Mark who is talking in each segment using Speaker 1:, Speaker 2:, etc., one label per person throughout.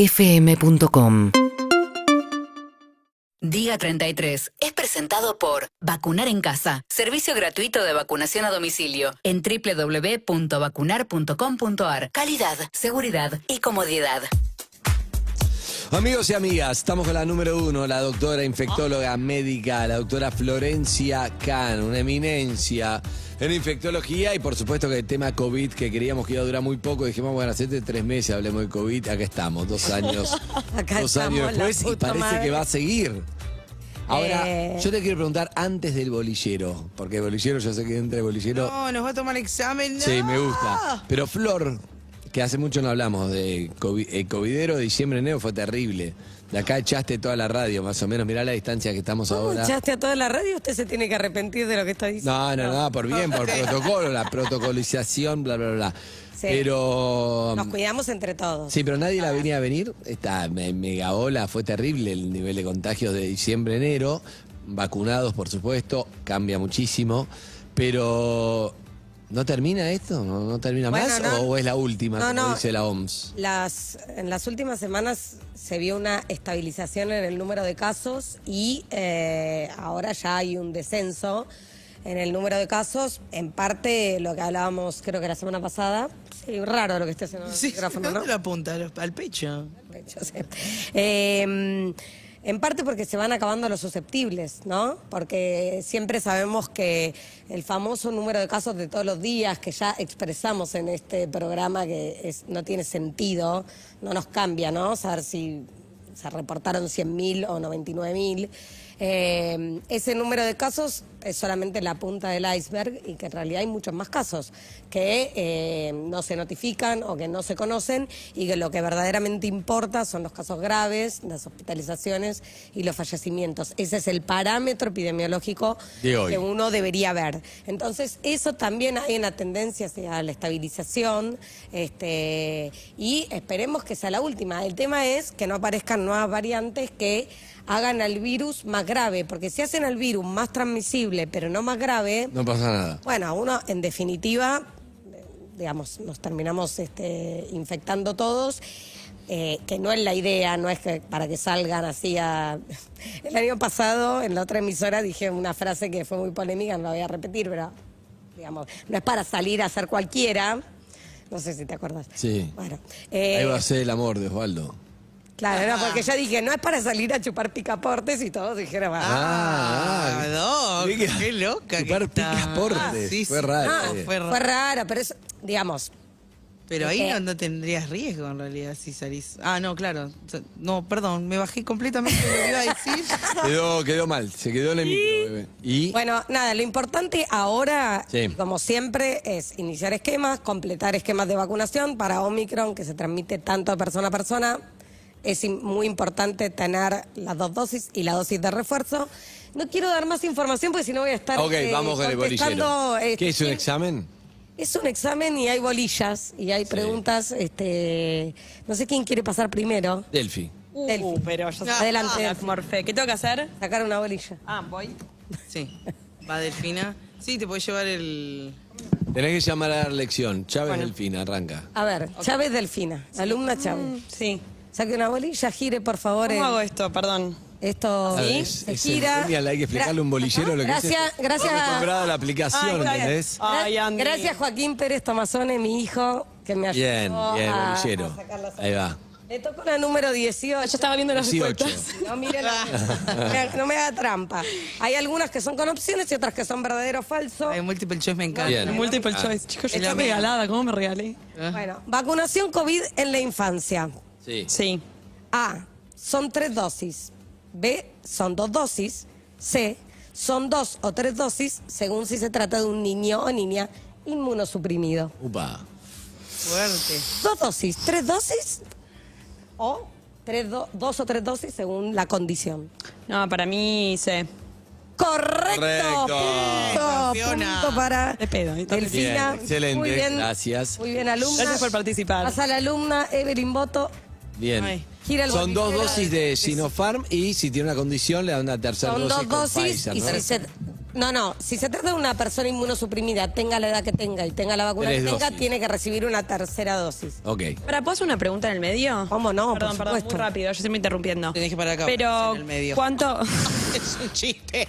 Speaker 1: UrbanaPlayFM.com
Speaker 2: Día 33 es presentado por Vacunar en Casa, servicio gratuito de vacunación a domicilio en www.vacunar.com.ar. Calidad, seguridad y comodidad.
Speaker 3: Amigos y amigas, estamos con la número uno, la doctora infectóloga médica, la doctora Florencia Can, una eminencia en infectología y por supuesto que el tema COVID que queríamos que iba a durar muy poco, dijimos, bueno, hace tres meses hablemos de COVID, acá estamos, dos años,
Speaker 4: Acá
Speaker 3: dos
Speaker 4: estamos,
Speaker 3: años
Speaker 4: la
Speaker 3: después y
Speaker 4: puta
Speaker 3: parece
Speaker 4: madre.
Speaker 3: que va a seguir. Ahora,
Speaker 4: Eh.
Speaker 3: yo te quiero preguntar antes del bolillero, porque el bolillero yo sé que entre el bolillero...
Speaker 4: No, nos va a tomar examen. no.
Speaker 3: Sí, me gusta. Pero Flor, que hace mucho no hablamos de COVID, el covidero de diciembre enero fue terrible. De acá echaste toda la radio, más o menos. Mirá la distancia que estamos
Speaker 4: ¿Cómo
Speaker 3: ahora.
Speaker 4: echaste a toda la radio? Usted se tiene que arrepentir de lo que está diciendo.
Speaker 3: No, no, no, por bien, por protocolo, la protocolización, bla, bla, bla.
Speaker 4: Sí.
Speaker 3: Pero.
Speaker 4: Nos cuidamos entre todos.
Speaker 3: mm, Sí, pero nadie
Speaker 4: Ah.
Speaker 3: la venía a venir. Esta me- mega ola fue terrible el nivel de contagios de diciembre, enero. Vacunados, por supuesto, cambia muchísimo. Pero. ¿No termina esto? ¿No, no termina
Speaker 4: Bueno,
Speaker 3: más?
Speaker 4: no.
Speaker 3: ¿O es la última,
Speaker 4: No,
Speaker 3: como
Speaker 4: no.
Speaker 3: dice la OMS?
Speaker 4: Las, en las últimas semanas se vio una estabilización en el número de casos y eh, ahora ya hay un descenso en el número de casos. En parte lo que hablábamos creo que la semana pasada. Sí, raro lo que está haciendo el
Speaker 5: Sí,
Speaker 4: micrófono, ¿no?
Speaker 5: ¿dónde lo apunta? Al- Al pecho.
Speaker 4: Yo sé. Eh, en parte porque se van acabando los susceptibles, ¿no? Porque siempre sabemos que el famoso número de casos de todos los días que ya expresamos en este programa que es- no tiene sentido, no nos cambia, ¿no? Saber si se reportaron 100.000 o 99.000. Eh, ese número de casos es solamente la punta del iceberg y que en realidad hay muchos más casos que eh, no se notifican o que no se conocen y que lo que verdaderamente importa son los casos graves, las hospitalizaciones y los fallecimientos. Ese es el parámetro epidemiológico
Speaker 3: De hoy.
Speaker 4: que uno debería ver. Entonces, eso también hay una tendencia hacia la estabilización este, y esperemos que sea la última. El tema es que no aparezcan nuevas variantes que hagan al virus más grave, porque si hacen al virus más transmisible, pero no más grave,
Speaker 3: No pasa nada.
Speaker 4: bueno, uno en definitiva, eh, digamos, nos terminamos este, infectando todos. eh, que no es la idea, no es que para que salgan así a... El año pasado en la otra emisora dije una frase que fue muy polémica, no la voy a repetir, pero digamos, no es para salir a ser cualquiera, no sé si te acuerdas.
Speaker 3: Sí.
Speaker 4: Bueno, eh,
Speaker 3: Ahí va a ser el amor de Osvaldo.
Speaker 4: claro, era porque ya dije, no es para salir a chupar picaportes y todos dijeron, ah,
Speaker 3: Ah,
Speaker 5: Ah, Doc,
Speaker 3: Mirá que-
Speaker 5: qué loca que
Speaker 3: chupar
Speaker 5: está.
Speaker 3: picaportes, fue raro.
Speaker 5: no,
Speaker 3: Ah,
Speaker 5: fue raro.
Speaker 4: fue raro, pero eso, digamos,
Speaker 5: Pero ahí
Speaker 4: Eh.
Speaker 5: no, no tendrías riesgo en realidad si salís. Ah, no, claro. O sea, No, perdón, me bajé completamente de lo que iba a decir.
Speaker 3: ah. quedó, quedó mal, se quedó en el micro, bebé. Y
Speaker 4: Bueno, nada, lo importante ahora,
Speaker 3: Sí.
Speaker 4: como siempre, es iniciar esquemas, completar esquemas de vacunación para Omicron, que se transmite tanto de persona a persona. Es im- muy importante tener las dos dosis y la dosis de refuerzo. No quiero dar más información porque si no voy a estar
Speaker 3: Ok,
Speaker 4: eh,
Speaker 3: vamos con el
Speaker 4: contestando,
Speaker 3: bolillero.
Speaker 4: eh,
Speaker 3: ¿Qué es un examen?
Speaker 4: es un examen y hay bolillas y hay preguntas. Este, no sé quién quiere pasar primero.
Speaker 3: Delphi.
Speaker 4: Delphi.
Speaker 6: Uh, pero yo
Speaker 4: Adelante.
Speaker 6: Ah, Morfe, ¿qué tengo que hacer?
Speaker 4: Sacar una bolilla.
Speaker 6: Ah, voy.
Speaker 5: Sí, va Delfina. Sí, te podés llevar el.
Speaker 3: Tenés que llamar a la lección. Chávez Delfina, arranca.
Speaker 4: A ver, Chávez Delfina, alumna
Speaker 3: Mm.
Speaker 4: Chávez.
Speaker 6: Sí.
Speaker 4: Saque una bolilla, gire por favor.
Speaker 6: ¿Cómo
Speaker 4: el-
Speaker 6: hago esto? Perdón.
Speaker 4: Esto
Speaker 3: A ver,
Speaker 4: ¿sí?
Speaker 3: es-
Speaker 4: se
Speaker 3: es
Speaker 4: gira.
Speaker 3: genial, hay que explicarle a un bolillero lo que es
Speaker 4: Gracias,
Speaker 3: esto.
Speaker 4: gracias.
Speaker 3: Estoy acostumbrado a la aplicación,
Speaker 6: Ay,
Speaker 3: ¿entendés?
Speaker 4: Gra-
Speaker 6: Ay, Andy.
Speaker 4: Gracias Joaquín Pérez Tomazone, mi hijo, que me ayudó.
Speaker 3: Bien, bien,
Speaker 4: a-
Speaker 3: bolillero.
Speaker 4: Oh, ah. a sacar las-
Speaker 3: Ahí va.
Speaker 4: Le tocó la número 18.
Speaker 6: Yo estaba viendo las
Speaker 3: 18.
Speaker 6: respuestas.
Speaker 4: No, mire la- Mira, no me haga trampa. Hay algunas que son con opciones y otras que son verdadero o falso.
Speaker 5: Hay múltiple choice, me encanta.
Speaker 3: Bien.
Speaker 6: Multiple
Speaker 3: Ah.
Speaker 6: choice. Chicos, yo
Speaker 5: Es la
Speaker 6: estoy
Speaker 5: mía.
Speaker 6: regalada. ¿Cómo me regalé?
Speaker 4: Bueno, vacunación COVID en la infancia.
Speaker 3: Sí.
Speaker 6: Sí.
Speaker 4: A, son tres dosis. B, son dos dosis. C, son dos o tres dosis según si se trata de un niño o niña inmunosuprimido.
Speaker 3: Upa.
Speaker 5: Fuerte.
Speaker 4: Dos dosis, tres dosis o tres do- dos o tres dosis según la condición.
Speaker 6: No, para mí sé.
Speaker 4: Correcto.
Speaker 3: Correcto.
Speaker 4: Punto,
Speaker 5: Campeona.
Speaker 4: punto para
Speaker 6: De pedo, entonces.
Speaker 4: Delfina.
Speaker 3: Bien, excelente,
Speaker 4: Muy bien,
Speaker 3: gracias.
Speaker 4: Muy bien, alumna.
Speaker 6: Gracias por participar.
Speaker 4: Pasa la alumna Evelyn Boto.
Speaker 3: Bien.
Speaker 5: Ay.
Speaker 4: Gira el
Speaker 3: Son dos
Speaker 4: bolillero.
Speaker 3: dosis de Sinopharm y si tiene una condición le dan una tercera
Speaker 4: Son
Speaker 3: dosis
Speaker 4: dos
Speaker 3: con
Speaker 4: dosis
Speaker 3: Pfizer,
Speaker 4: y
Speaker 3: ¿no?
Speaker 4: si se- No, no, si se trata de una persona inmunosuprimida, tenga la edad que tenga y tenga la vacuna
Speaker 3: Tres
Speaker 4: que tenga,
Speaker 3: dosis.
Speaker 4: tiene que recibir una tercera dosis.
Speaker 3: Ok.
Speaker 6: ¿Para, ¿puedo hacer una pregunta en el medio?
Speaker 4: ¿Cómo no? Por
Speaker 6: Perdón, perdón, muy
Speaker 4: supuesto.
Speaker 6: rápido, yo estoy me interrumpiendo.
Speaker 5: Tenés que parar acá,
Speaker 6: Pero,
Speaker 5: en el medio.
Speaker 6: ¿cuánto?
Speaker 5: es un chiste.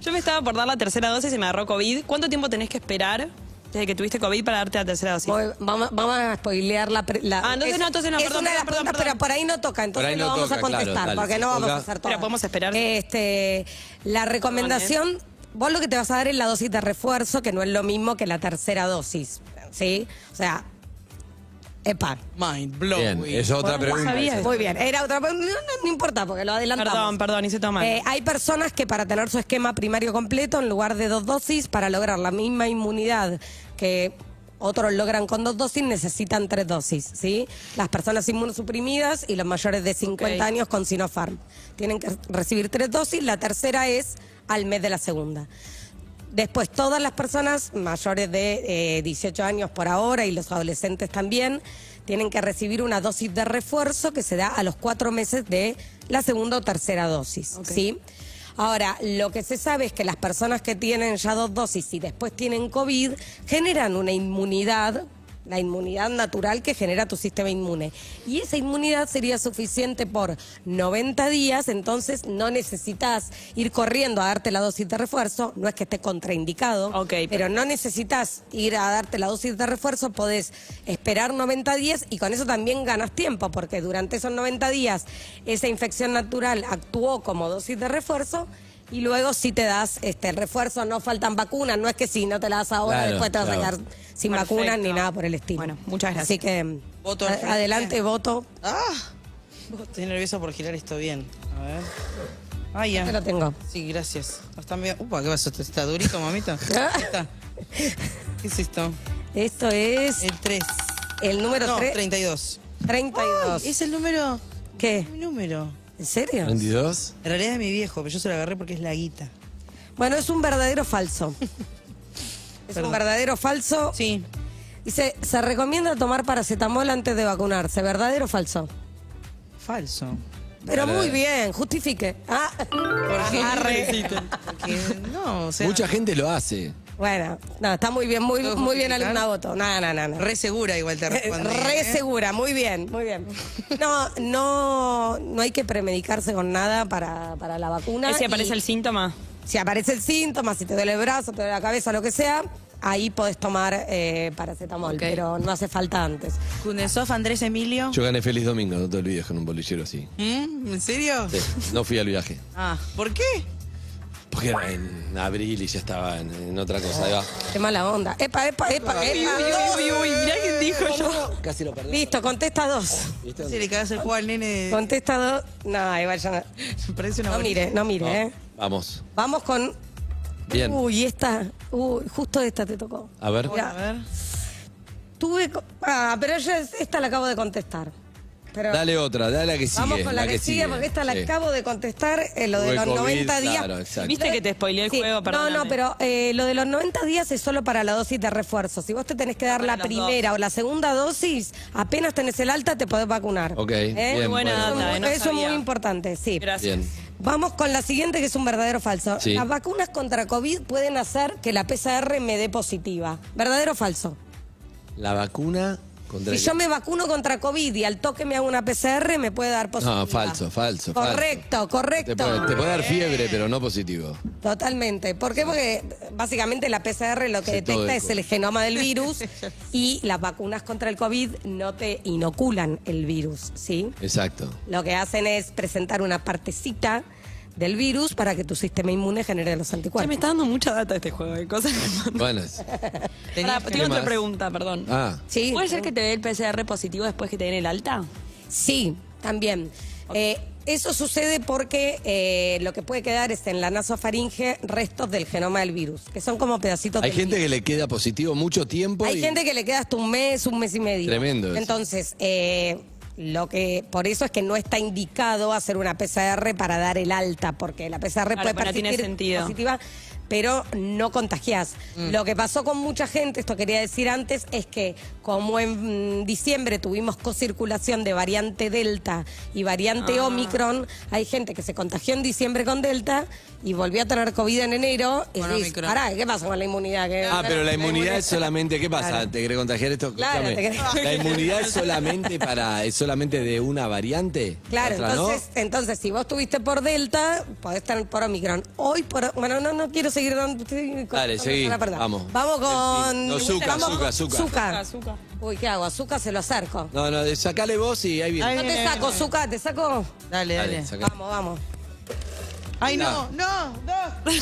Speaker 6: yo me estaba por dar la tercera dosis y me agarró COVID. ¿Cuánto tiempo tenés que esperar desde que tuviste COVID para darte la tercera dosis?
Speaker 4: Voy- Vamos, vamos a spoilear la, pre- la-
Speaker 6: Ah, entonces no, entonces no,
Speaker 4: es
Speaker 6: perdón,
Speaker 4: una de las
Speaker 6: perdón,
Speaker 4: preguntas,
Speaker 6: perdón.
Speaker 4: pero por ahí no toca, entonces
Speaker 3: ahí
Speaker 4: no
Speaker 3: no
Speaker 4: vamos a
Speaker 3: toca, claro,
Speaker 4: contestar,
Speaker 3: dale,
Speaker 4: porque
Speaker 3: si
Speaker 4: no vamos
Speaker 3: toca.
Speaker 4: a hacer todo.
Speaker 6: Pero podemos esperar.
Speaker 4: Este, la recomendación, vos lo que te vas a dar es la dosis de refuerzo, que no es lo mismo que la tercera dosis, ¿sí? O sea, epa.
Speaker 5: Mind blowing.
Speaker 3: Bien, es otra pregunta.
Speaker 6: sabía.
Speaker 3: esa.
Speaker 4: Muy bien, era otra pregunta, no, no, no importa porque lo adelantamos.
Speaker 6: Perdón, perdón, hice todo mal.
Speaker 4: Eh, hay personas que para tener su esquema primario completo, en lugar de dos dosis, para lograr la misma inmunidad que otros logran con dos dosis, necesitan tres dosis, ¿sí? Las personas inmunosuprimidas y los mayores de 50
Speaker 6: Ok.
Speaker 4: años con Sinopharm. Tienen que recibir tres dosis, la tercera es al mes de la segunda. Después, todas las personas mayores de eh, 18 años por ahora y los adolescentes también tienen que recibir una dosis de refuerzo que se da a los cuatro meses de la segunda o tercera dosis. ¿sí? Ahora, lo que se sabe es que las personas que tienen ya dos dosis y después tienen COVID generan una inmunidad la inmunidad natural que genera tu sistema inmune. Y esa inmunidad sería suficiente por 90 días, entonces no necesitas ir corriendo a darte la dosis de refuerzo, no es que esté contraindicado,
Speaker 6: Ok,
Speaker 4: pero no necesitas ir a darte la dosis de refuerzo, podés esperar 90 días y con eso también ganas tiempo, porque durante esos 90 días esa infección natural actuó como dosis de refuerzo. Y luego si te das este el refuerzo, no faltan vacunas, no es que si no te la das ahora,
Speaker 3: Claro,
Speaker 4: después te vas a
Speaker 3: claro.
Speaker 4: quedar sin
Speaker 6: Perfecto.
Speaker 4: vacunas ni nada por el estilo.
Speaker 6: Bueno, muchas gracias.
Speaker 4: Así que
Speaker 5: Voto
Speaker 4: a-
Speaker 5: al frente.
Speaker 4: adelante, voto.
Speaker 5: Ah, estoy nerviosa por girar esto bien. A ver. Ah,
Speaker 4: Te
Speaker 5: ya.
Speaker 4: lo tengo.
Speaker 5: Sí, gracias. No, Está medio- Upa, ¿qué pasó? ¿Está durito, mamita? Ahí está. ¿Qué es esto?
Speaker 4: Esto es
Speaker 5: El 3.
Speaker 4: el número
Speaker 5: No,
Speaker 4: tre-
Speaker 5: 32.
Speaker 4: 32.
Speaker 5: Ay, es el número.
Speaker 4: ¿Qué?
Speaker 5: Mi número.
Speaker 4: ¿En serio?
Speaker 3: 22.
Speaker 5: En realidad es mi viejo, pero yo se lo agarré porque es la guita.
Speaker 4: Bueno, es un verdadero falso. es un verdadero falso.
Speaker 5: Sí.
Speaker 4: Dice, se recomienda tomar paracetamol antes de vacunarse. ¿Verdadero o falso?
Speaker 5: Falso.
Speaker 4: Pero
Speaker 3: Para-
Speaker 4: muy bien, justifique. Ah,
Speaker 5: Porque,
Speaker 4: arre.
Speaker 5: porque no, o sea,
Speaker 3: Mucha gente lo hace.
Speaker 4: Bueno, no, está muy bien, muy,
Speaker 5: ¿Puedo
Speaker 4: muy bien
Speaker 5: justificar?
Speaker 4: alumna voto. Nada, nada, nada.
Speaker 5: re segura igual te responde.
Speaker 4: Re
Speaker 5: ¿eh?
Speaker 4: segura, muy bien, muy bien. No, no, no hay que premedicarse con nada para, para la vacuna.
Speaker 6: ¿Y si aparece
Speaker 4: Y
Speaker 6: el síntoma?
Speaker 4: si aparece el síntoma, si te duele el brazo, te duele la cabeza, lo que sea, ahí podés tomar eh, paracetamol,
Speaker 5: Ok.
Speaker 4: pero no hace falta antes.
Speaker 5: Kuznetsov, Andrés Emilio.
Speaker 3: Yo gané feliz domingo, no te olvides con un bolillero así.
Speaker 5: ¿Mm? ¿En serio?
Speaker 3: Sí, no fui al viaje.
Speaker 5: Ah, ¿por qué?
Speaker 3: Porque era en abril y ya estaba en, en otra cosa. Ahí va.
Speaker 4: Qué mala onda. Epa, epa, epa, epa. dos.
Speaker 6: mirá quién dijo yo.
Speaker 3: Casi lo perdí.
Speaker 4: Listo, contesta dos.
Speaker 3: ¿Viste?
Speaker 5: Si le cagas el juego al nene,
Speaker 4: Contesta dos. No, ahí vaya.
Speaker 5: parece una
Speaker 4: No
Speaker 5: bolita.
Speaker 4: mire, no mire,
Speaker 3: No,
Speaker 4: ¿eh?
Speaker 3: Vamos.
Speaker 4: Vamos con.
Speaker 3: Bien.
Speaker 4: Uy, esta. Uy, justo esta te tocó.
Speaker 3: A ver.
Speaker 4: Mirá.
Speaker 5: A ver.
Speaker 4: Tuve. co- Ah, pero yo es- esta la acabo de contestar. Pero
Speaker 3: Dale otra, dale la que sigue.
Speaker 4: vamos con la, que, sigue, porque esta la
Speaker 3: Sí.
Speaker 4: acabo de contestar, eh, lo de
Speaker 3: Tuve
Speaker 4: los
Speaker 3: COVID,
Speaker 4: 90 días.
Speaker 3: Claro, exacto.
Speaker 6: Viste que te spoileé el
Speaker 4: Sí,
Speaker 6: juego,
Speaker 4: no,
Speaker 6: perdón.
Speaker 4: no, pero eh, lo de los 90 días es solo para la dosis de refuerzo. Si vos te tenés que dar
Speaker 6: Para
Speaker 4: la
Speaker 6: las
Speaker 4: primera o la segunda dosis, apenas tenés el alta, te podés vacunar.
Speaker 3: Ok,
Speaker 4: ¿Eh?
Speaker 3: bien,
Speaker 6: Muy buena
Speaker 3: bueno.
Speaker 6: data.
Speaker 4: Eso,
Speaker 6: eh, no
Speaker 4: eso es muy
Speaker 6: sabía.
Speaker 4: importante, sí.
Speaker 6: Gracias.
Speaker 3: Bien.
Speaker 4: Vamos con la siguiente, que es un verdadero o falso.
Speaker 3: Sí.
Speaker 4: Las vacunas contra COVID pueden hacer que la PCR me dé positiva. ¿Verdadero o falso?
Speaker 3: La vacuna contra
Speaker 4: Si
Speaker 3: el-
Speaker 4: yo me vacuno contra COVID y al toque me hago una PCR, me puede dar positiva.
Speaker 3: No, falso, falso, falso.
Speaker 4: Correcto,
Speaker 3: Te
Speaker 4: correcto.
Speaker 3: puede, te puede dar fiebre, pero no positivo.
Speaker 4: Totalmente. ¿Por qué? Porque básicamente la PCR lo que
Speaker 3: Sí, todo
Speaker 4: detecta
Speaker 3: el
Speaker 4: es
Speaker 3: COVID.
Speaker 4: el genoma del virus y las vacunas contra el COVID no te inoculan el virus, ¿sí?
Speaker 3: Exacto.
Speaker 4: Lo que hacen es presentar una partecita del virus para que tu sistema inmune genere los
Speaker 6: Che, me
Speaker 4: anticuerpos.
Speaker 6: está dando mucha data este juego, de cosas que mando.
Speaker 3: Bueno. es-
Speaker 6: Pará,
Speaker 3: ¿Qué
Speaker 6: Tengo otra
Speaker 3: más?
Speaker 6: pregunta, perdón.
Speaker 3: Ah,
Speaker 4: Sí.
Speaker 6: ¿Puede ser que te dé el PCR positivo después que te den el alta?
Speaker 4: Sí, también. Eh, eso sucede porque eh, lo que puede quedar es en la nasofaringe restos del genoma del virus, que son como pedacitos
Speaker 3: hay
Speaker 4: del
Speaker 3: gente
Speaker 4: virus.
Speaker 3: que le queda positivo mucho tiempo.
Speaker 4: Hay
Speaker 3: y-
Speaker 4: gente que le queda hasta un mes, un mes y medio.
Speaker 3: Tremendo eso.
Speaker 4: Entonces, eh, lo que por eso es que no está indicado hacer una PCR para dar el alta, porque la PCR
Speaker 6: Claro,
Speaker 4: puede
Speaker 6: pero no tiene
Speaker 4: persistir
Speaker 6: sentido.
Speaker 4: positiva pero no contagiás.
Speaker 3: Mm.
Speaker 4: Lo que pasó con mucha gente, esto quería decir antes, es que como en mm, diciembre tuvimos cocirculación de variante Delta y
Speaker 6: Ah.
Speaker 4: variante Omicron, hay gente que se contagió en diciembre con Delta y volvió a tener COVID en enero y
Speaker 5: Con
Speaker 4: dices,
Speaker 5: Omicron.
Speaker 4: pará, ¿qué pasa con la inmunidad? ¿Qué-
Speaker 3: Ah, pero la inmunidad es solamente, ¿qué pasa?
Speaker 4: Claro.
Speaker 3: ¿Te querés contagiar esto?
Speaker 4: Claro,
Speaker 3: Escúchame.
Speaker 4: te querés-
Speaker 3: La inmunidad es solamente para, es solamente de una variante.
Speaker 4: Claro,
Speaker 3: ¿Otra no?
Speaker 4: entonces, entonces si vos tuviste por Delta, podés estar por Omicron. Hoy por bueno, no, no quiero seguir dando. estoy con-
Speaker 3: Dale,
Speaker 4: con-
Speaker 3: seguí,
Speaker 4: con la verdad.
Speaker 3: vamos.
Speaker 4: Vamos con.
Speaker 3: No, Zucca,
Speaker 4: vamos
Speaker 3: Zucca,
Speaker 4: con-
Speaker 3: Zucca.
Speaker 4: Zucca.
Speaker 6: Azúcar.
Speaker 4: Uy, ¿qué hago? Azúcar se lo acerco.
Speaker 3: No, no, sacale vos y ahí viene.
Speaker 5: Ahí
Speaker 4: No te
Speaker 5: viene,
Speaker 4: saco,
Speaker 5: ahí viene.
Speaker 4: Zucca, te saco.
Speaker 5: Dale,
Speaker 3: Dale,
Speaker 5: dale.
Speaker 3: sacale.
Speaker 4: Vamos, vamos.
Speaker 5: Ay, no, no, no.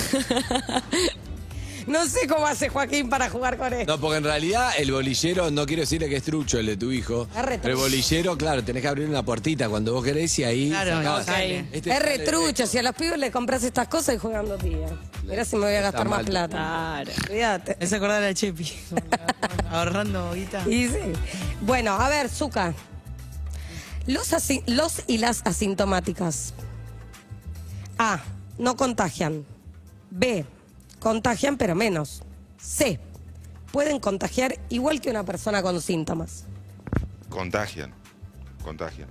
Speaker 4: No sé cómo hace Joaquín para jugar con esto.
Speaker 3: No, porque en realidad el bolillero, no quiero decirle que es trucho el de tu hijo.
Speaker 4: Es re
Speaker 3: pero el
Speaker 4: trucho.
Speaker 3: bolillero, claro, tenés que abrir una puertita cuando vos querés y ahí.
Speaker 5: Claro,
Speaker 3: sacás.
Speaker 5: no, sale.
Speaker 3: Este
Speaker 4: es
Speaker 3: sale
Speaker 4: retrucho, si a los pibes le compras estas cosas y jugando tía. Mira si me voy a
Speaker 3: Está
Speaker 4: gastar más
Speaker 3: mal.
Speaker 5: Ah.
Speaker 4: plata.
Speaker 6: Claro.
Speaker 4: Cuídate.
Speaker 5: Es acordar a Chepi. Ahorrando guita.
Speaker 4: Y sí. Bueno, a ver, Zuka. Los, asi- los y las asintomáticas. A. No contagian. B. Contagian pero menos. C. Pueden contagiar igual que una persona con síntomas.
Speaker 1: Contagian. Contagian.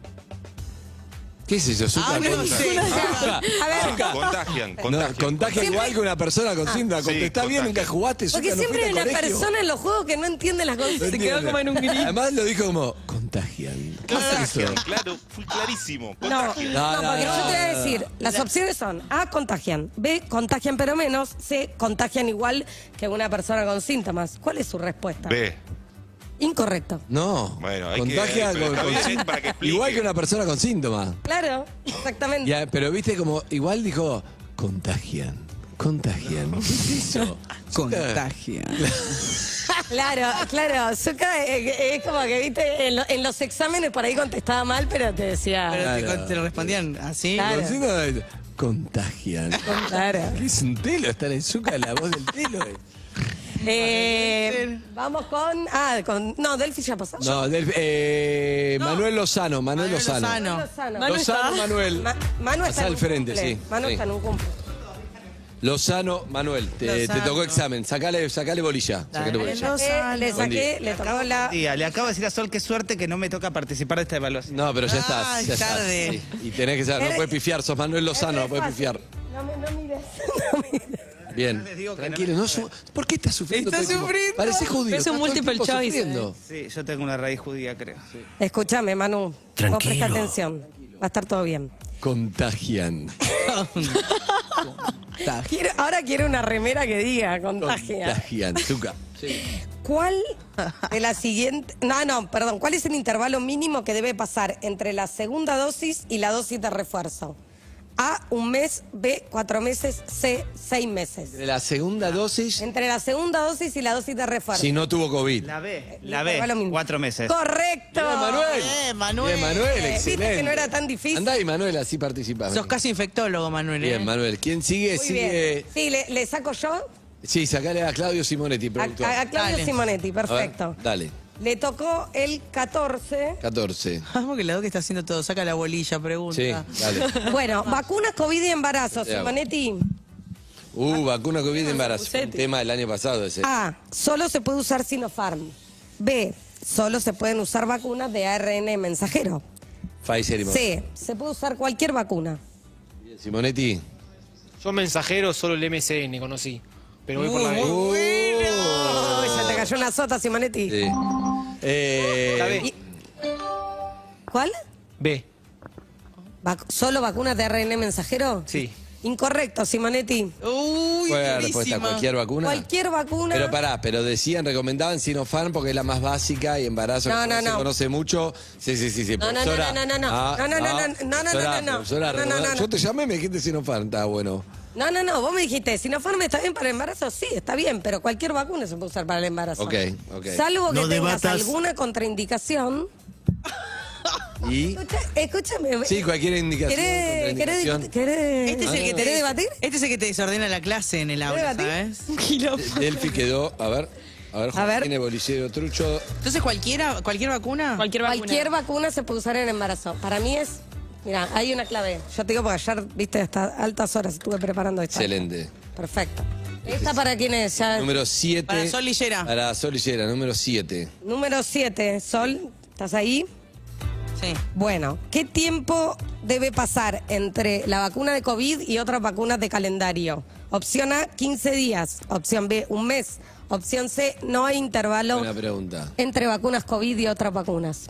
Speaker 3: ¿Qué es eso? Azúcar.
Speaker 5: Hablo
Speaker 3: contra-
Speaker 5: sin
Speaker 3: Ah,
Speaker 4: A ver. Ah.
Speaker 1: Contagian. Contagian.
Speaker 3: No, contagia igual que una persona con síndrome.
Speaker 1: Sí,
Speaker 3: Contestá bien,
Speaker 1: contagia.
Speaker 3: nunca jugaste.
Speaker 4: Porque
Speaker 3: Azúcar, no
Speaker 4: siempre hay
Speaker 3: fuiste
Speaker 4: una
Speaker 3: al colegio.
Speaker 4: persona en los juegos que no entiende las cosas.
Speaker 3: No
Speaker 6: Se quedó
Speaker 3: entiendo.
Speaker 6: como en un grito.
Speaker 3: Además lo dijo como, contagian. ¿Qué es eso?
Speaker 1: Contagian, claro. Fui clarísimo.
Speaker 4: No, no,
Speaker 1: Contagian.
Speaker 3: No, no,
Speaker 4: porque
Speaker 3: no,
Speaker 4: yo te voy a
Speaker 3: no,
Speaker 4: decir, las opciones son A, contagian, B, contagian pero menos, C, contagian igual que una persona con síntomas. ¿Cuál es su respuesta?
Speaker 1: B.
Speaker 4: Incorrecto.
Speaker 3: No.
Speaker 1: Bueno, hay que-
Speaker 3: contagia
Speaker 1: pero
Speaker 3: con,
Speaker 1: está
Speaker 3: con
Speaker 1: bien,
Speaker 3: síntoma.
Speaker 1: para que explique.
Speaker 3: Igual que una persona con síntomas.
Speaker 4: Claro, exactamente.
Speaker 3: Ya, pero viste como, igual dijo, contagian. Contagian. ¿Qué es eso?
Speaker 5: Contagia.
Speaker 4: Claro, claro. Zucca, eh, eh, es como que, viste, en, lo- en los exámenes por ahí contestaba mal, pero te decía.
Speaker 5: Pero te,
Speaker 3: Claro.
Speaker 5: con- te lo respondían así.
Speaker 4: Claro.
Speaker 3: Con síndrome, contagian.
Speaker 4: Claro.
Speaker 3: ¿Qué es un telo? Está en el azúcar la voz del telo. eh.
Speaker 4: Eh, vamos con. Ah, con. No, Delphi ya pasó.
Speaker 3: No, del- eh, Manuel Lozano, Manuel,
Speaker 5: Manuel
Speaker 3: Lozano.
Speaker 5: Lozano.
Speaker 4: Manu Lozano.
Speaker 6: Manu
Speaker 3: Lozano,
Speaker 6: está.
Speaker 3: Manuel.
Speaker 4: Ah. Ma- Manu está
Speaker 3: Pasá
Speaker 4: en
Speaker 3: al
Speaker 4: un
Speaker 3: frente,
Speaker 4: cumple.
Speaker 3: sí.
Speaker 4: Manu
Speaker 3: sí.
Speaker 4: está en un cumple.
Speaker 3: Lozano, Manuel, te, te
Speaker 5: Lozano.
Speaker 3: tocó examen. Sacale, sacale bolilla. Sacale
Speaker 5: Dale.
Speaker 3: bolilla.
Speaker 5: Lozano.
Speaker 4: Eh, le saqué, le tocó la.
Speaker 7: Tía, le acabo de decir a Sol que suerte que no me toca participar de esta evaluación.
Speaker 3: No, pero ya estás.
Speaker 5: Ah,
Speaker 3: ya estás.
Speaker 5: tarde.
Speaker 3: Sí. Y tenés que saber, no
Speaker 4: Era-
Speaker 3: puedes pifiar, sos Manuel Lozano, no puedes pifiar.
Speaker 4: No, me- no mires. No mires.
Speaker 3: Bien. Tranquilo, no, su- ¿por qué estás sufriendo? todo
Speaker 5: Está
Speaker 3: el tiempo?
Speaker 5: sufriendo.
Speaker 3: Parece judío.
Speaker 6: Es un
Speaker 3: estás todo el
Speaker 6: multiple
Speaker 3: tiempo
Speaker 6: choice,
Speaker 3: sufriendo.
Speaker 7: Sí, yo tengo una raíz judía, creo.
Speaker 4: Escúchame, Manu. Vos presta
Speaker 8: Tranquilo.
Speaker 4: atención. Va a estar todo bien.
Speaker 3: Contagian.
Speaker 4: Quiero- ahora quiero una remera que diga contagia.
Speaker 3: Contagian. Zucca.
Speaker 4: ¿Cuál de la siguiente? No, no, perdón. ¿Cuál es el intervalo mínimo que debe pasar entre la segunda dosis y la dosis de refuerzo? A, un mes, B, cuatro meses, C, seis meses.
Speaker 3: De la segunda dosis,
Speaker 4: Entre la segunda dosis y la dosis de refuerzo. Eh,
Speaker 3: si no tuvo COVID.
Speaker 7: La B, la
Speaker 4: Intervalo
Speaker 7: B,
Speaker 4: mínimo.
Speaker 7: cuatro meses.
Speaker 4: Correcto.
Speaker 3: Bien, Manuel.
Speaker 5: Bien, Eh, Manuel.
Speaker 3: Bien, Manuel,
Speaker 4: Eh, viste que
Speaker 3: excelente.
Speaker 4: no era tan difícil.
Speaker 3: Andá y Manuel, así participás.
Speaker 5: Sos casi infectólogo, Manuel. ¿eh?
Speaker 3: Bien, Manuel. ¿Quién sigue?
Speaker 4: Muy
Speaker 3: sigue.
Speaker 4: bien. Sí, le, le saco yo
Speaker 3: Sí, sacale a Claudio Simonetti,
Speaker 4: a,
Speaker 3: productor.
Speaker 4: a- a Claudio
Speaker 5: Dale.
Speaker 4: Simonetti.
Speaker 3: A
Speaker 4: Perfecto.
Speaker 3: ver, dale.
Speaker 4: Le tocó el 14.
Speaker 3: 14.
Speaker 5: Vamos que la que está haciendo todo. Saca la bolilla,
Speaker 3: Sí,
Speaker 5: pregunta.
Speaker 3: dale.
Speaker 4: Bueno, vacunas, COVID y embarazo,
Speaker 3: Te hago.
Speaker 4: Simonetti.
Speaker 3: Uh, vacuna COVID de embarazo. Un tema del año pasado ese.
Speaker 4: A. Solo se puede usar Sinopharm. B. Solo se pueden usar vacunas de ARN mensajero.
Speaker 3: Pfizer y Moderna.
Speaker 4: C. Se puede usar cualquier vacuna.
Speaker 3: Bien, Simonetti.
Speaker 9: Yo mensajero solo el MCN conocí, pero voy por la B.
Speaker 3: Oh.
Speaker 4: Uy, se Oh, te cayó una sota, Simonetti.
Speaker 3: Sí. Eh,
Speaker 9: La B.
Speaker 4: Y- ¿Cuál?
Speaker 9: B.
Speaker 4: Vac- ¿Solo vacunas de ARN mensajero?
Speaker 9: Sí.
Speaker 4: Incorrecto, Simonetti.
Speaker 5: Uy,
Speaker 3: ¿Cuál es la respuesta?
Speaker 5: durísima.
Speaker 3: ¿Cualquier vacuna?
Speaker 4: Cualquier vacuna.
Speaker 3: Pero pará, pero decían, recomendaban Sinopharm porque es la más básica y embarazo
Speaker 4: No,
Speaker 3: que
Speaker 4: no,
Speaker 3: se
Speaker 4: no.
Speaker 3: conoce mucho. Sí, sí, sí, sí.
Speaker 4: No, no, no,
Speaker 3: profesora.
Speaker 4: no, no, no, no.
Speaker 3: Ah,
Speaker 4: No, no, no,
Speaker 3: ah,
Speaker 4: no, no, no,
Speaker 3: profesora,
Speaker 4: no, no.
Speaker 3: profesora,
Speaker 4: No, no, no, no.
Speaker 3: Yo te llamé y me dijiste Sinopharm, está bueno.
Speaker 4: No, no, no, vos me dijiste, Sinopharm está bien para el embarazo, sí, está bien, pero cualquier vacuna se puede usar para el embarazo.
Speaker 3: Ok, ok.
Speaker 4: Salvo que
Speaker 8: No
Speaker 4: tengas
Speaker 8: debatas.
Speaker 4: alguna contraindicación.
Speaker 3: ¿Y?
Speaker 4: Escucha- escúchame.
Speaker 3: Sí, cualquier indicación.
Speaker 4: ¿Querés,
Speaker 3: contraindicación.
Speaker 4: querés- querés-
Speaker 5: Este es, el que te
Speaker 4: ¿Querés debatir?
Speaker 5: este es el que te desordena la clase en el aula,
Speaker 4: ¿Querés
Speaker 5: ¿sabes?
Speaker 3: Delphi quedó, a ver, a ver,
Speaker 4: A ver.
Speaker 3: tiene bolillero trucho.
Speaker 5: Entonces, cualquiera, cualquier vacuna.
Speaker 6: Cualquier vacuna.
Speaker 4: Cualquier vacuna se puede usar en embarazo. Para mí es, mira, hay una clave. Yo te digo porque ayer, viste, hasta altas horas estuve preparando esto.
Speaker 3: Excelente.
Speaker 4: Perfecto. ¿Esta para quién es? Ya-
Speaker 3: Número 7.
Speaker 5: Para Sol Lillera.
Speaker 3: Para Sol Lillera, número 7.
Speaker 4: Número 7, Sol, ¿estás ahí?
Speaker 5: Sí.
Speaker 4: Bueno, ¿qué tiempo debe pasar entre la vacuna de COVID y otras vacunas de calendario? Opción A, 15 días. Opción B, un mes. Opción C, no hay intervalo
Speaker 3: Buena pregunta.
Speaker 4: entre vacunas COVID y otras vacunas.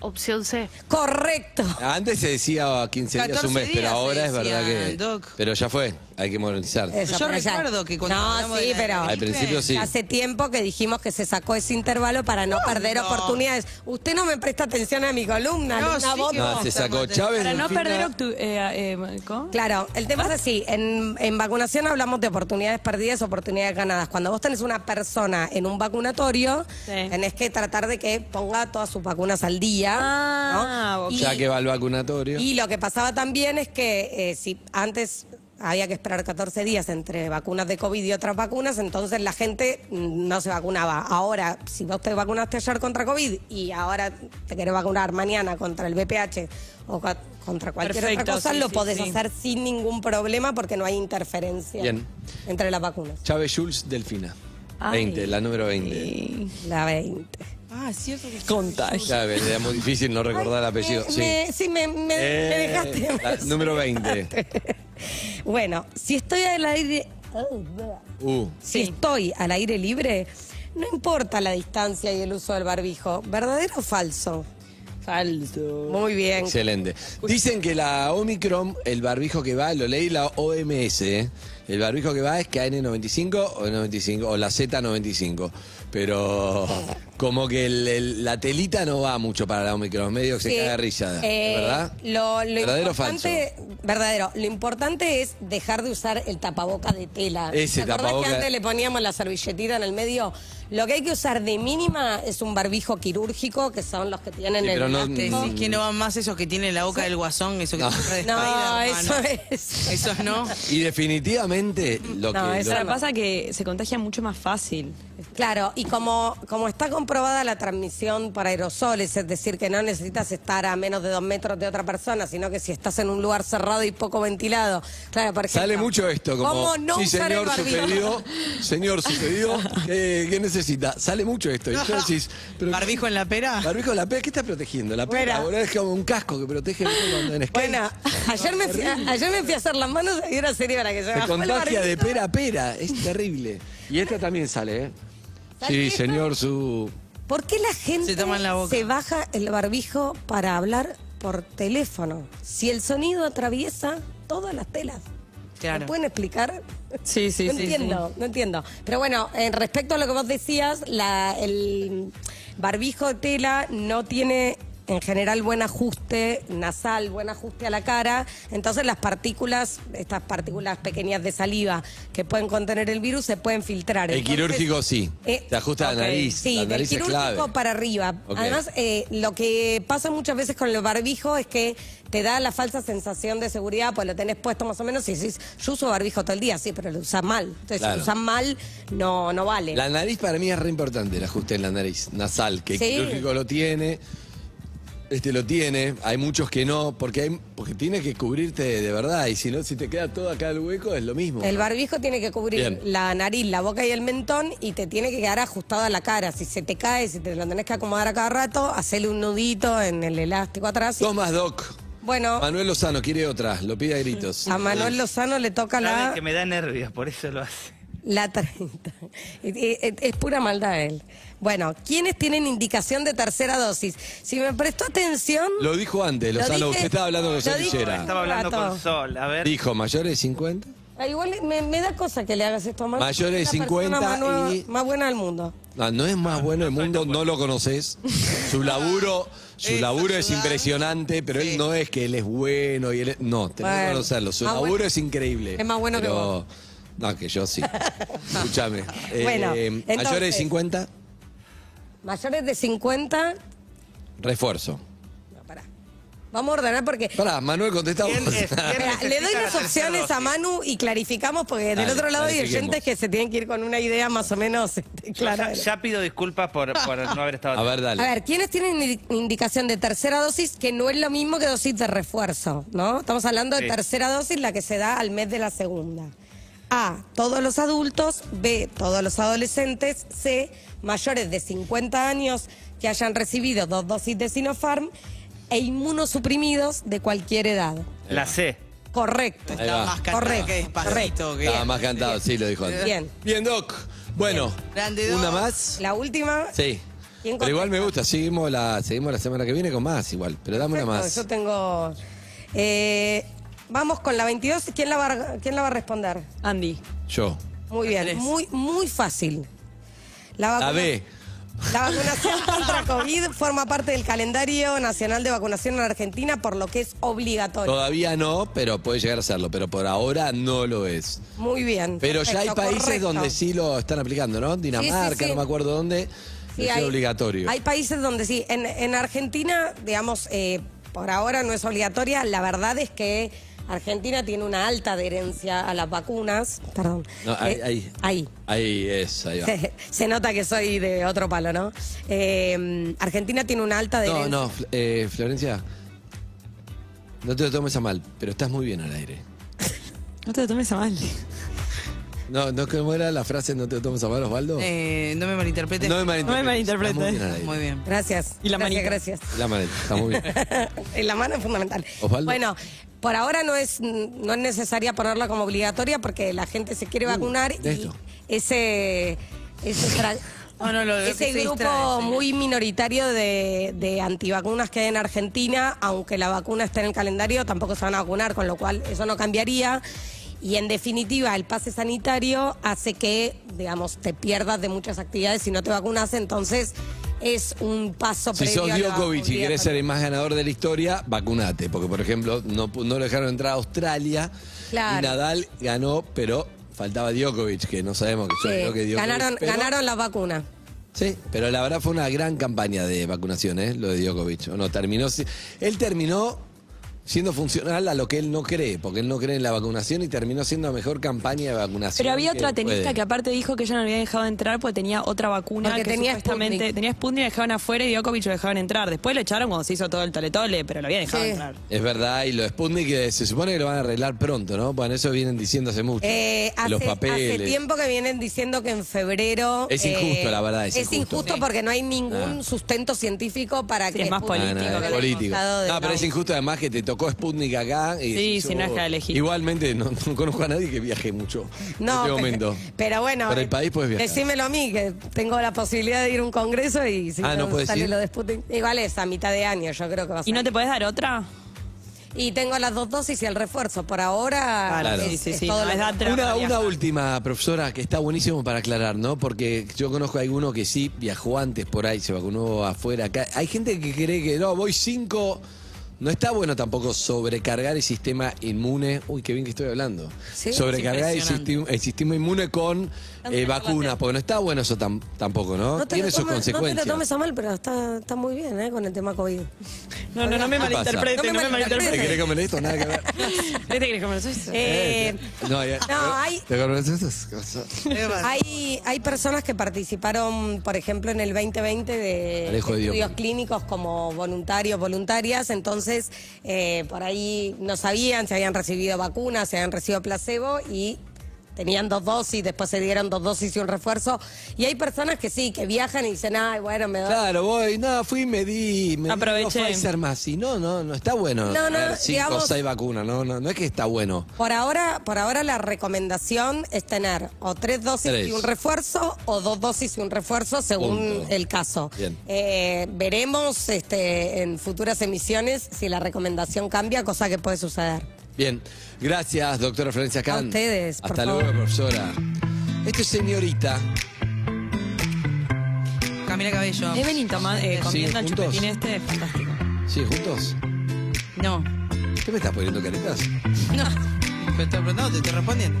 Speaker 8: Opción C.
Speaker 4: Correcto.
Speaker 3: Antes se decía 15 días, un
Speaker 5: 14
Speaker 3: mes, pero
Speaker 5: días
Speaker 3: ahora
Speaker 5: se
Speaker 3: es verdad
Speaker 5: decía,
Speaker 3: que.
Speaker 5: Doc.
Speaker 3: Pero ya fue, hay que modernizar.
Speaker 4: Eso,
Speaker 5: Yo
Speaker 4: pero ya-
Speaker 5: recuerdo que cuando
Speaker 4: No,
Speaker 5: hablamos de
Speaker 4: sí,
Speaker 5: la-
Speaker 4: pero...
Speaker 3: Al principio sí.
Speaker 4: Hace tiempo que dijimos que se sacó ese intervalo para no perder oportunidades. Usted no me presta atención a mi columna,
Speaker 5: No,
Speaker 4: no,
Speaker 5: sí que
Speaker 3: No, se sacó Chávez.
Speaker 6: Para no
Speaker 3: Delfina.
Speaker 6: perder octu- eh, eh, ¿cómo?
Speaker 4: Claro, el tema es así. En, en vacunación hablamos de oportunidades perdidas, oportunidades ganadas. Cuando vos tenés una persona en un vacunatorio,
Speaker 6: Sí.
Speaker 4: tenés que tratar de que ponga todas sus vacunas al día.
Speaker 6: Ah,
Speaker 4: ¿no?
Speaker 6: ok.
Speaker 4: Y-
Speaker 3: Ya que va al vacunatorio.
Speaker 4: y lo que pasaba también es que eh, si antes había que esperar 14 días entre vacunas de COVID y otras vacunas, entonces la gente mm, no se vacunaba. Ahora, si vos te vacunaste ayer contra COVID y ahora te querés vacunar mañana contra el VPH o co- contra cualquier
Speaker 6: Perfecto,
Speaker 4: otra cosa,
Speaker 6: sí,
Speaker 4: lo
Speaker 6: sí,
Speaker 4: podés
Speaker 6: sí.
Speaker 4: hacer sin ningún problema porque no hay interferencia
Speaker 3: Bien.
Speaker 4: entre las vacunas.
Speaker 3: Chávez Jules Delfina.
Speaker 6: Ay.
Speaker 3: 20, la número 20.
Speaker 4: La 20.
Speaker 5: Ah, es cierto que
Speaker 6: Contagio.
Speaker 3: Ya, ves, era muy difícil no recordar el apellido.
Speaker 4: Me-
Speaker 3: sí.
Speaker 4: Eh, me- sí, me, me- me
Speaker 3: Eh,
Speaker 4: dejaste.
Speaker 3: la número 20.
Speaker 4: Bueno, si estoy al aire... Oh, bleh.
Speaker 3: Uh.
Speaker 4: Si estoy al aire libre, no importa la distancia y el uso del barbijo, ¿verdadero o falso?
Speaker 5: Falso.
Speaker 4: Muy bien.
Speaker 3: Excelente. Dicen que la Omicron, el barbijo que va, lo leí la OMS, ¿eh? el barbijo que va es KN95 o 95 o la Z95. Pero como que el- el- la telita no va mucho para la Omicron, medio que se
Speaker 4: Sí.
Speaker 3: caga risa,
Speaker 4: Eh,
Speaker 3: ¿verdad?
Speaker 4: Lo, lo
Speaker 3: ¿Verdadero o falso?
Speaker 4: importante, Verdadero. Lo importante es dejar de usar el tapaboca de tela.
Speaker 3: Ese
Speaker 4: ¿Te acordás
Speaker 3: tapaboca-
Speaker 4: que antes le poníamos la servilletita en el medio? Lo que hay que usar de mínima es un barbijo quirúrgico, que son los que tienen
Speaker 3: Sí,
Speaker 4: el...
Speaker 3: pero no-
Speaker 5: ¿Te
Speaker 4: elástico.
Speaker 5: decís que no van más esos que tienen la boca del guasón? Eso que
Speaker 3: No.
Speaker 5: se saca de
Speaker 4: No,
Speaker 5: Spider-Man,
Speaker 4: eso
Speaker 5: ¿no?
Speaker 4: es...
Speaker 5: Esos no.
Speaker 3: Y definitivamente lo
Speaker 4: No,
Speaker 3: que...
Speaker 4: eso
Speaker 3: lo-
Speaker 6: Ahora pasa que se contagia mucho más fácil.
Speaker 4: Claro, y como, como está comprobada la transmisión por aerosoles, es decir, que no necesitas estar a menos de dos metros de otra persona, sino que si estás en un lugar cerrado y poco ventilado. Claro, por ejemplo,
Speaker 3: Sale mucho esto, como...
Speaker 4: ¿Cómo no
Speaker 3: sí,
Speaker 4: usar el
Speaker 3: señor, su
Speaker 4: barbijo?
Speaker 3: pedido, señor, su pedido, ¿qué, qué necesita? Sale mucho esto. Y tú decís, pero-
Speaker 5: ¿Barbijo en la pera?
Speaker 3: Barbijo, la pera, ¿qué está protegiendo? La pera,
Speaker 4: Bueno.
Speaker 3: boludo, es como un casco que protege cuando en skate.
Speaker 4: Bueno, ayer me, fui, a- ayer me fui a hacer las manos y era serio para que se
Speaker 3: Se
Speaker 4: bajó el
Speaker 3: contagia de
Speaker 4: barbijo.
Speaker 3: pera a pera, es terrible. Y esta también sale, ¿eh?
Speaker 4: ¿Sale
Speaker 3: Sí,
Speaker 4: esta?
Speaker 3: señor, su...
Speaker 4: ¿Por qué la gente
Speaker 5: Se toman la boca.
Speaker 4: se baja el barbijo para hablar por teléfono? Si el sonido atraviesa todas las telas. ¿Me
Speaker 5: Claro.
Speaker 4: pueden explicar?
Speaker 6: Sí, sí,
Speaker 4: no
Speaker 6: sí,
Speaker 4: entiendo, no entiendo. Pero bueno, en respecto a lo que vos decías, la- el barbijo de tela no tiene en general buen ajuste nasal, buen ajuste a la cara. Entonces las partículas, estas partículas pequeñas de saliva que pueden contener el virus, se pueden filtrar.
Speaker 3: El
Speaker 4: Entonces,
Speaker 3: quirúrgico sí,
Speaker 4: eh,
Speaker 3: te ajusta
Speaker 6: ok,
Speaker 3: la nariz,
Speaker 4: Sí,
Speaker 3: la
Speaker 4: del
Speaker 3: nariz es
Speaker 4: quirúrgico
Speaker 3: clave.
Speaker 4: para arriba.
Speaker 3: Ok.
Speaker 4: Además, eh, lo que pasa muchas veces con el barbijo es que te da la falsa sensación de seguridad, pues lo tenés puesto más o menos y decís, yo uso barbijo todo el día, sí, pero lo usás mal. Entonces, si
Speaker 3: Claro.
Speaker 4: lo usás mal, no, no vale.
Speaker 3: La nariz para mí es re importante, el ajuste en la nariz nasal, que el
Speaker 4: Sí.
Speaker 3: quirúrgico lo tiene, este lo tiene, hay muchos que no, porque hay, porque tiene que cubrirte de verdad, y si no, si te queda todo acá el hueco, es lo mismo.
Speaker 4: El barbijo tiene que cubrir
Speaker 3: Bien.
Speaker 4: la nariz, la boca y el mentón y te tiene que quedar ajustado a la cara. Si se te cae, si te lo tenés que acomodar a cada rato, hacerle un nudito en el elástico atrás.
Speaker 3: Dos más doc.
Speaker 4: Bueno,
Speaker 3: Manuel Lozano quiere otra, lo pide a gritos.
Speaker 4: a Manuel Lozano le toca la...
Speaker 7: Sabe que me da nervios, por eso lo hace.
Speaker 4: La 30. Y- y- Es, pura maldad él. Bueno, ¿quiénes tienen indicación de tercera dosis? Si me prestó atención...
Speaker 3: Lo dijo antes,
Speaker 4: Lo
Speaker 3: Lozano,
Speaker 4: dije-
Speaker 3: usted estaba hablando con
Speaker 4: lo
Speaker 3: Sol
Speaker 4: dije-
Speaker 3: Lillera.
Speaker 4: Está-
Speaker 7: Estaba hablando
Speaker 4: Gato.
Speaker 7: con Sol, a ver.
Speaker 3: Dijo, mayores de 50.
Speaker 4: Ah, Igual me, me da cosa que le hagas esto a Manuel.
Speaker 3: Mayores de
Speaker 4: Es la
Speaker 3: 50
Speaker 4: persona más, nueva-
Speaker 3: y-
Speaker 4: más buena del mundo.
Speaker 3: Ah, No, no es más bueno el mundo, no lo conoces. Su laburo, su
Speaker 5: Es
Speaker 3: laburo es
Speaker 5: ayudar.
Speaker 3: impresionante, pero él no es que él es bueno y él es- No, tenés que
Speaker 4: Bueno,
Speaker 3: conocerlo. Su
Speaker 4: más
Speaker 3: laburo
Speaker 4: bueno.
Speaker 3: es increíble.
Speaker 4: Es más bueno que
Speaker 3: pero-
Speaker 4: vos.
Speaker 3: No, que yo sí. Escúchame. Eh,
Speaker 4: Bueno,
Speaker 3: mayores de
Speaker 4: entonces-
Speaker 3: 50,
Speaker 4: Mayores de 50...
Speaker 3: refuerzo.
Speaker 4: No, pará. Vamos a ordenar porque...
Speaker 3: Pará, Manuel, contesta vos.
Speaker 7: ¿Quién es? ¿Quién
Speaker 4: Pará,
Speaker 7: necesita
Speaker 4: le doy
Speaker 7: la
Speaker 4: las
Speaker 7: tercera
Speaker 4: opciones a
Speaker 7: dosis?
Speaker 4: Manu y clarificamos porque del
Speaker 3: Dale,
Speaker 4: otro lado hay
Speaker 3: clarifiquemos.
Speaker 4: oyentes que se tienen que ir con una idea más o menos este,
Speaker 7: Yo
Speaker 4: clara.
Speaker 7: Ya, ya pido disculpas por, por no haber estado
Speaker 3: A ver, dale.
Speaker 4: A ver, ¿quiénes tienen indi- indicación de tercera dosis que no es lo mismo que dosis de refuerzo? ¿No? Estamos hablando de
Speaker 7: Sí.
Speaker 4: tercera dosis, la que se da al mes de la segunda. A, todos los adultos, B, todos los adolescentes, C, mayores de 50 años que hayan recibido dos dosis de Sinopharm e inmunosuprimidos de cualquier edad.
Speaker 9: eh.
Speaker 7: La C.
Speaker 4: Correcto.
Speaker 3: Ahí va.
Speaker 5: más cantado
Speaker 4: Correcto,
Speaker 5: que despacito. que-
Speaker 3: Estaba más cantado, sí, lo dijo antes.
Speaker 4: Bien.
Speaker 3: Bien, Doc. Bueno,
Speaker 5: Grande, Doc.
Speaker 3: una más.
Speaker 4: La última.
Speaker 3: Sí.
Speaker 4: ¿Quién
Speaker 3: Pero igual
Speaker 4: contesta?
Speaker 3: me gusta, seguimos la, seguimos la semana que viene con más igual, pero dame una
Speaker 4: Perfecto,
Speaker 3: más.
Speaker 4: Yo tengo. eh, vamos con la 22. ¿Quién la, va, a- ¿Quién la va a responder?
Speaker 6: Andy.
Speaker 3: Yo.
Speaker 4: Muy
Speaker 6: Tres.
Speaker 4: bien. Muy, muy fácil. La,
Speaker 3: La
Speaker 4: vacuna-
Speaker 3: B.
Speaker 4: La vacunación contra COVID forma parte del calendario nacional de vacunación en Argentina, por lo que es obligatorio.
Speaker 3: Todavía no, pero puede llegar a serlo, pero por ahora no lo es.
Speaker 4: Muy bien.
Speaker 3: Pero ya hay
Speaker 4: perfecto,
Speaker 3: países
Speaker 4: correcto.
Speaker 3: donde sí lo están aplicando, ¿no? Dinamarca,
Speaker 4: sí.
Speaker 3: no me acuerdo dónde,
Speaker 4: Sí,
Speaker 3: es obligatorio.
Speaker 4: Hay países donde sí. En, en Argentina, digamos, eh, por ahora no es obligatoria. La verdad es que Argentina tiene una alta adherencia a las vacunas. Perdón.
Speaker 3: No, ahí,
Speaker 4: Eh,
Speaker 3: ahí.
Speaker 4: Ahí.
Speaker 3: Ahí es, ahí va.
Speaker 4: Se nota que soy de otro palo, ¿no? Eh, Argentina tiene una alta adherencia.
Speaker 3: No, no, Fl- eh, Florencia, no te lo tomes a mal, pero estás muy bien al aire.
Speaker 6: No te lo tomes a mal.
Speaker 3: No, no, ¿cómo era la frase no te lo tomes a mal, Osvaldo?
Speaker 5: Eh, no me malinterpretes.
Speaker 3: no me malinterpretes.
Speaker 6: no me malinterpretes.
Speaker 3: Estás muy bien al aire.
Speaker 5: Muy bien.
Speaker 4: Gracias.
Speaker 6: Y la manita.
Speaker 4: gracias,
Speaker 3: La manera, está muy bien.
Speaker 4: gracias. Y la mano es fundamental.
Speaker 3: Osvaldo.
Speaker 4: Bueno, por ahora no es, no es necesaria ponerla como obligatoria porque la gente se quiere vacunar
Speaker 3: Uh, de
Speaker 4: y
Speaker 3: esto.
Speaker 4: ese, ese, tra-
Speaker 5: Ah, No, no, lo- lo
Speaker 4: ese
Speaker 5: que se
Speaker 4: grupo
Speaker 5: distrae, sí.
Speaker 4: muy minoritario de, de antivacunas que hay en Argentina, aunque la vacuna esté en el calendario, tampoco se van a vacunar, con lo cual eso no cambiaría. Y en definitiva, el pase sanitario hace que, digamos, te pierdas de muchas actividades si no te vacunas, entonces es un paso
Speaker 3: Si
Speaker 4: previo
Speaker 3: sos
Speaker 4: a la
Speaker 3: Djokovic y
Speaker 4: vacuna.
Speaker 3: querés ser el más ganador de la historia, vacunate. Porque, por ejemplo, no, pu- no lo dejaron entrar a Australia.
Speaker 4: Claro.
Speaker 3: Y Nadal ganó, pero faltaba Djokovic, que no sabemos que yo creo que
Speaker 4: Sí,
Speaker 3: Djokovic.
Speaker 4: ganaron,
Speaker 3: pero-
Speaker 4: ganaron la vacuna.
Speaker 3: Sí, pero la verdad fue una gran campaña de vacunación, ¿eh? Lo de Djokovic. ¿o no? Terminó, si- él terminó siendo funcional a lo que él no cree, porque él no cree en la vacunación y terminó siendo la mejor campaña de vacunación.
Speaker 6: Pero había
Speaker 3: que
Speaker 6: otra tenista
Speaker 3: puede.
Speaker 6: que aparte dijo que ella no había dejado de entrar porque tenía otra vacuna
Speaker 4: Porque
Speaker 6: que
Speaker 4: tenía
Speaker 6: supuestamente
Speaker 4: Sputnik.
Speaker 6: tenía Sputnik, la dejaban afuera y Djokovic lo dejaban entrar. Después lo echaron cuando se hizo todo el toletole, pero lo había dejado
Speaker 4: Sí.
Speaker 6: entrar.
Speaker 3: Es verdad, y lo de Sputnik eh, se supone que lo van a arreglar pronto, ¿no? Bueno, eso vienen diciendo hace mucho.
Speaker 4: Eh, hace,
Speaker 3: Los papeles.
Speaker 4: hace tiempo que vienen diciendo que en febrero.
Speaker 3: Es
Speaker 4: eh,
Speaker 3: injusto, la verdad, es injusto. Sí.
Speaker 4: porque no hay ningún
Speaker 3: Ah.
Speaker 4: sustento científico para que.
Speaker 6: es más
Speaker 4: Sputnik-
Speaker 6: político
Speaker 3: No, no,
Speaker 6: que
Speaker 3: es
Speaker 6: el
Speaker 3: político.
Speaker 4: Estado de-
Speaker 3: No, pero
Speaker 4: no.
Speaker 3: es injusto además que te tocó Sputnik acá. Y
Speaker 6: Sí, si no es que elegí.
Speaker 3: Igualmente, no, no conozco a nadie que viaje mucho en
Speaker 4: No,
Speaker 3: este
Speaker 4: pe-
Speaker 3: momento.
Speaker 4: Pero, bueno.
Speaker 3: Por el país puedes viajar.
Speaker 4: Decímelo a mí, que tengo la posibilidad de ir a un congreso y si
Speaker 3: Ah, ¿no puedes
Speaker 4: sale
Speaker 3: ir?
Speaker 4: lo de Sputnik. Igual es a mitad de año, yo creo que va a
Speaker 6: ¿Y no
Speaker 4: salir.
Speaker 6: te podés dar otra?
Speaker 4: Y tengo las dos dosis y el refuerzo. Por ahora.
Speaker 3: Claro.
Speaker 4: es-
Speaker 6: Sí, sí,
Speaker 4: es
Speaker 6: sí.
Speaker 4: todo
Speaker 6: no,
Speaker 4: lo
Speaker 6: es dar
Speaker 4: que-
Speaker 6: tra-
Speaker 3: Una,
Speaker 6: para
Speaker 3: una
Speaker 6: viajar.
Speaker 3: última, profesora, que está buenísimo para aclarar, ¿no? Porque yo conozco a alguno que sí viajó antes por ahí, se vacunó afuera. Acá. Hay gente que cree que no, voy cinco. No está bueno tampoco sobrecargar el sistema inmune. Uy, qué bien que estoy hablando.
Speaker 4: Sí,
Speaker 3: sobrecargar el,
Speaker 5: es impresionante.
Speaker 3: sistem- el sistema inmune con eh, vacunas, porque no está bueno eso tam- tampoco, ¿no?
Speaker 4: No te,
Speaker 3: Tiene
Speaker 4: lo
Speaker 3: sus
Speaker 4: tomes, no te
Speaker 3: consecuencias.
Speaker 4: lo tomes a mal, pero está, está muy bien ¿eh? con el tema COVID.
Speaker 6: No, no, no me
Speaker 3: ¿Qué pasa?
Speaker 6: malinterprete, no me
Speaker 3: ¿Te querés
Speaker 6: malinterprete.
Speaker 3: comer esto? Nada que ver.
Speaker 6: ¿Viste que le conoces?
Speaker 4: Eh,
Speaker 3: No, ya-
Speaker 4: No, hay-
Speaker 3: ¿Te acordás de esas cosas?
Speaker 4: Hay, hay personas que participaron, por ejemplo, en el 2020 de
Speaker 3: Alejo de
Speaker 4: estudios
Speaker 3: Dios.
Speaker 4: clínicos como voluntarios, voluntarias, entonces eh, por ahí no sabían si habían recibido vacunas, si habían recibido placebo y tenían dos dosis, después se dieron dos dosis y un refuerzo. Y hay personas que sí, que viajan y dicen, ay, bueno, me doy
Speaker 3: Claro, voy, no, fui, me di, me di
Speaker 6: Aproveché.
Speaker 3: dos Pfizer más. Y no, no, no está bueno.
Speaker 4: No, no,
Speaker 3: tener cinco
Speaker 4: digamos-
Speaker 3: o seis vacunas, no, no, no es que está bueno.
Speaker 4: Por ahora, por ahora la recomendación es tener o tres dosis
Speaker 3: Tres.
Speaker 4: y un refuerzo o dos dosis y un refuerzo según
Speaker 3: Punto.
Speaker 4: el caso.
Speaker 3: Bien.
Speaker 4: Eh, veremos este, en futuras emisiones si la recomendación cambia, cosa que puede suceder.
Speaker 3: Bien, gracias, doctora Florencia Can.
Speaker 4: ustedes, por
Speaker 3: Hasta
Speaker 4: favor.
Speaker 3: luego, profesora. Esto es señorita.
Speaker 5: Camila Cabello.
Speaker 6: Evelyn toma- eh,
Speaker 5: Sí,
Speaker 6: comiendo el
Speaker 3: juntos.
Speaker 6: chupetín este, es fantástico.
Speaker 3: Sí, juntos.
Speaker 5: No.
Speaker 3: ¿Qué me estás poniendo caretas?
Speaker 5: No. Pero te, pero no, te, te respondiendo.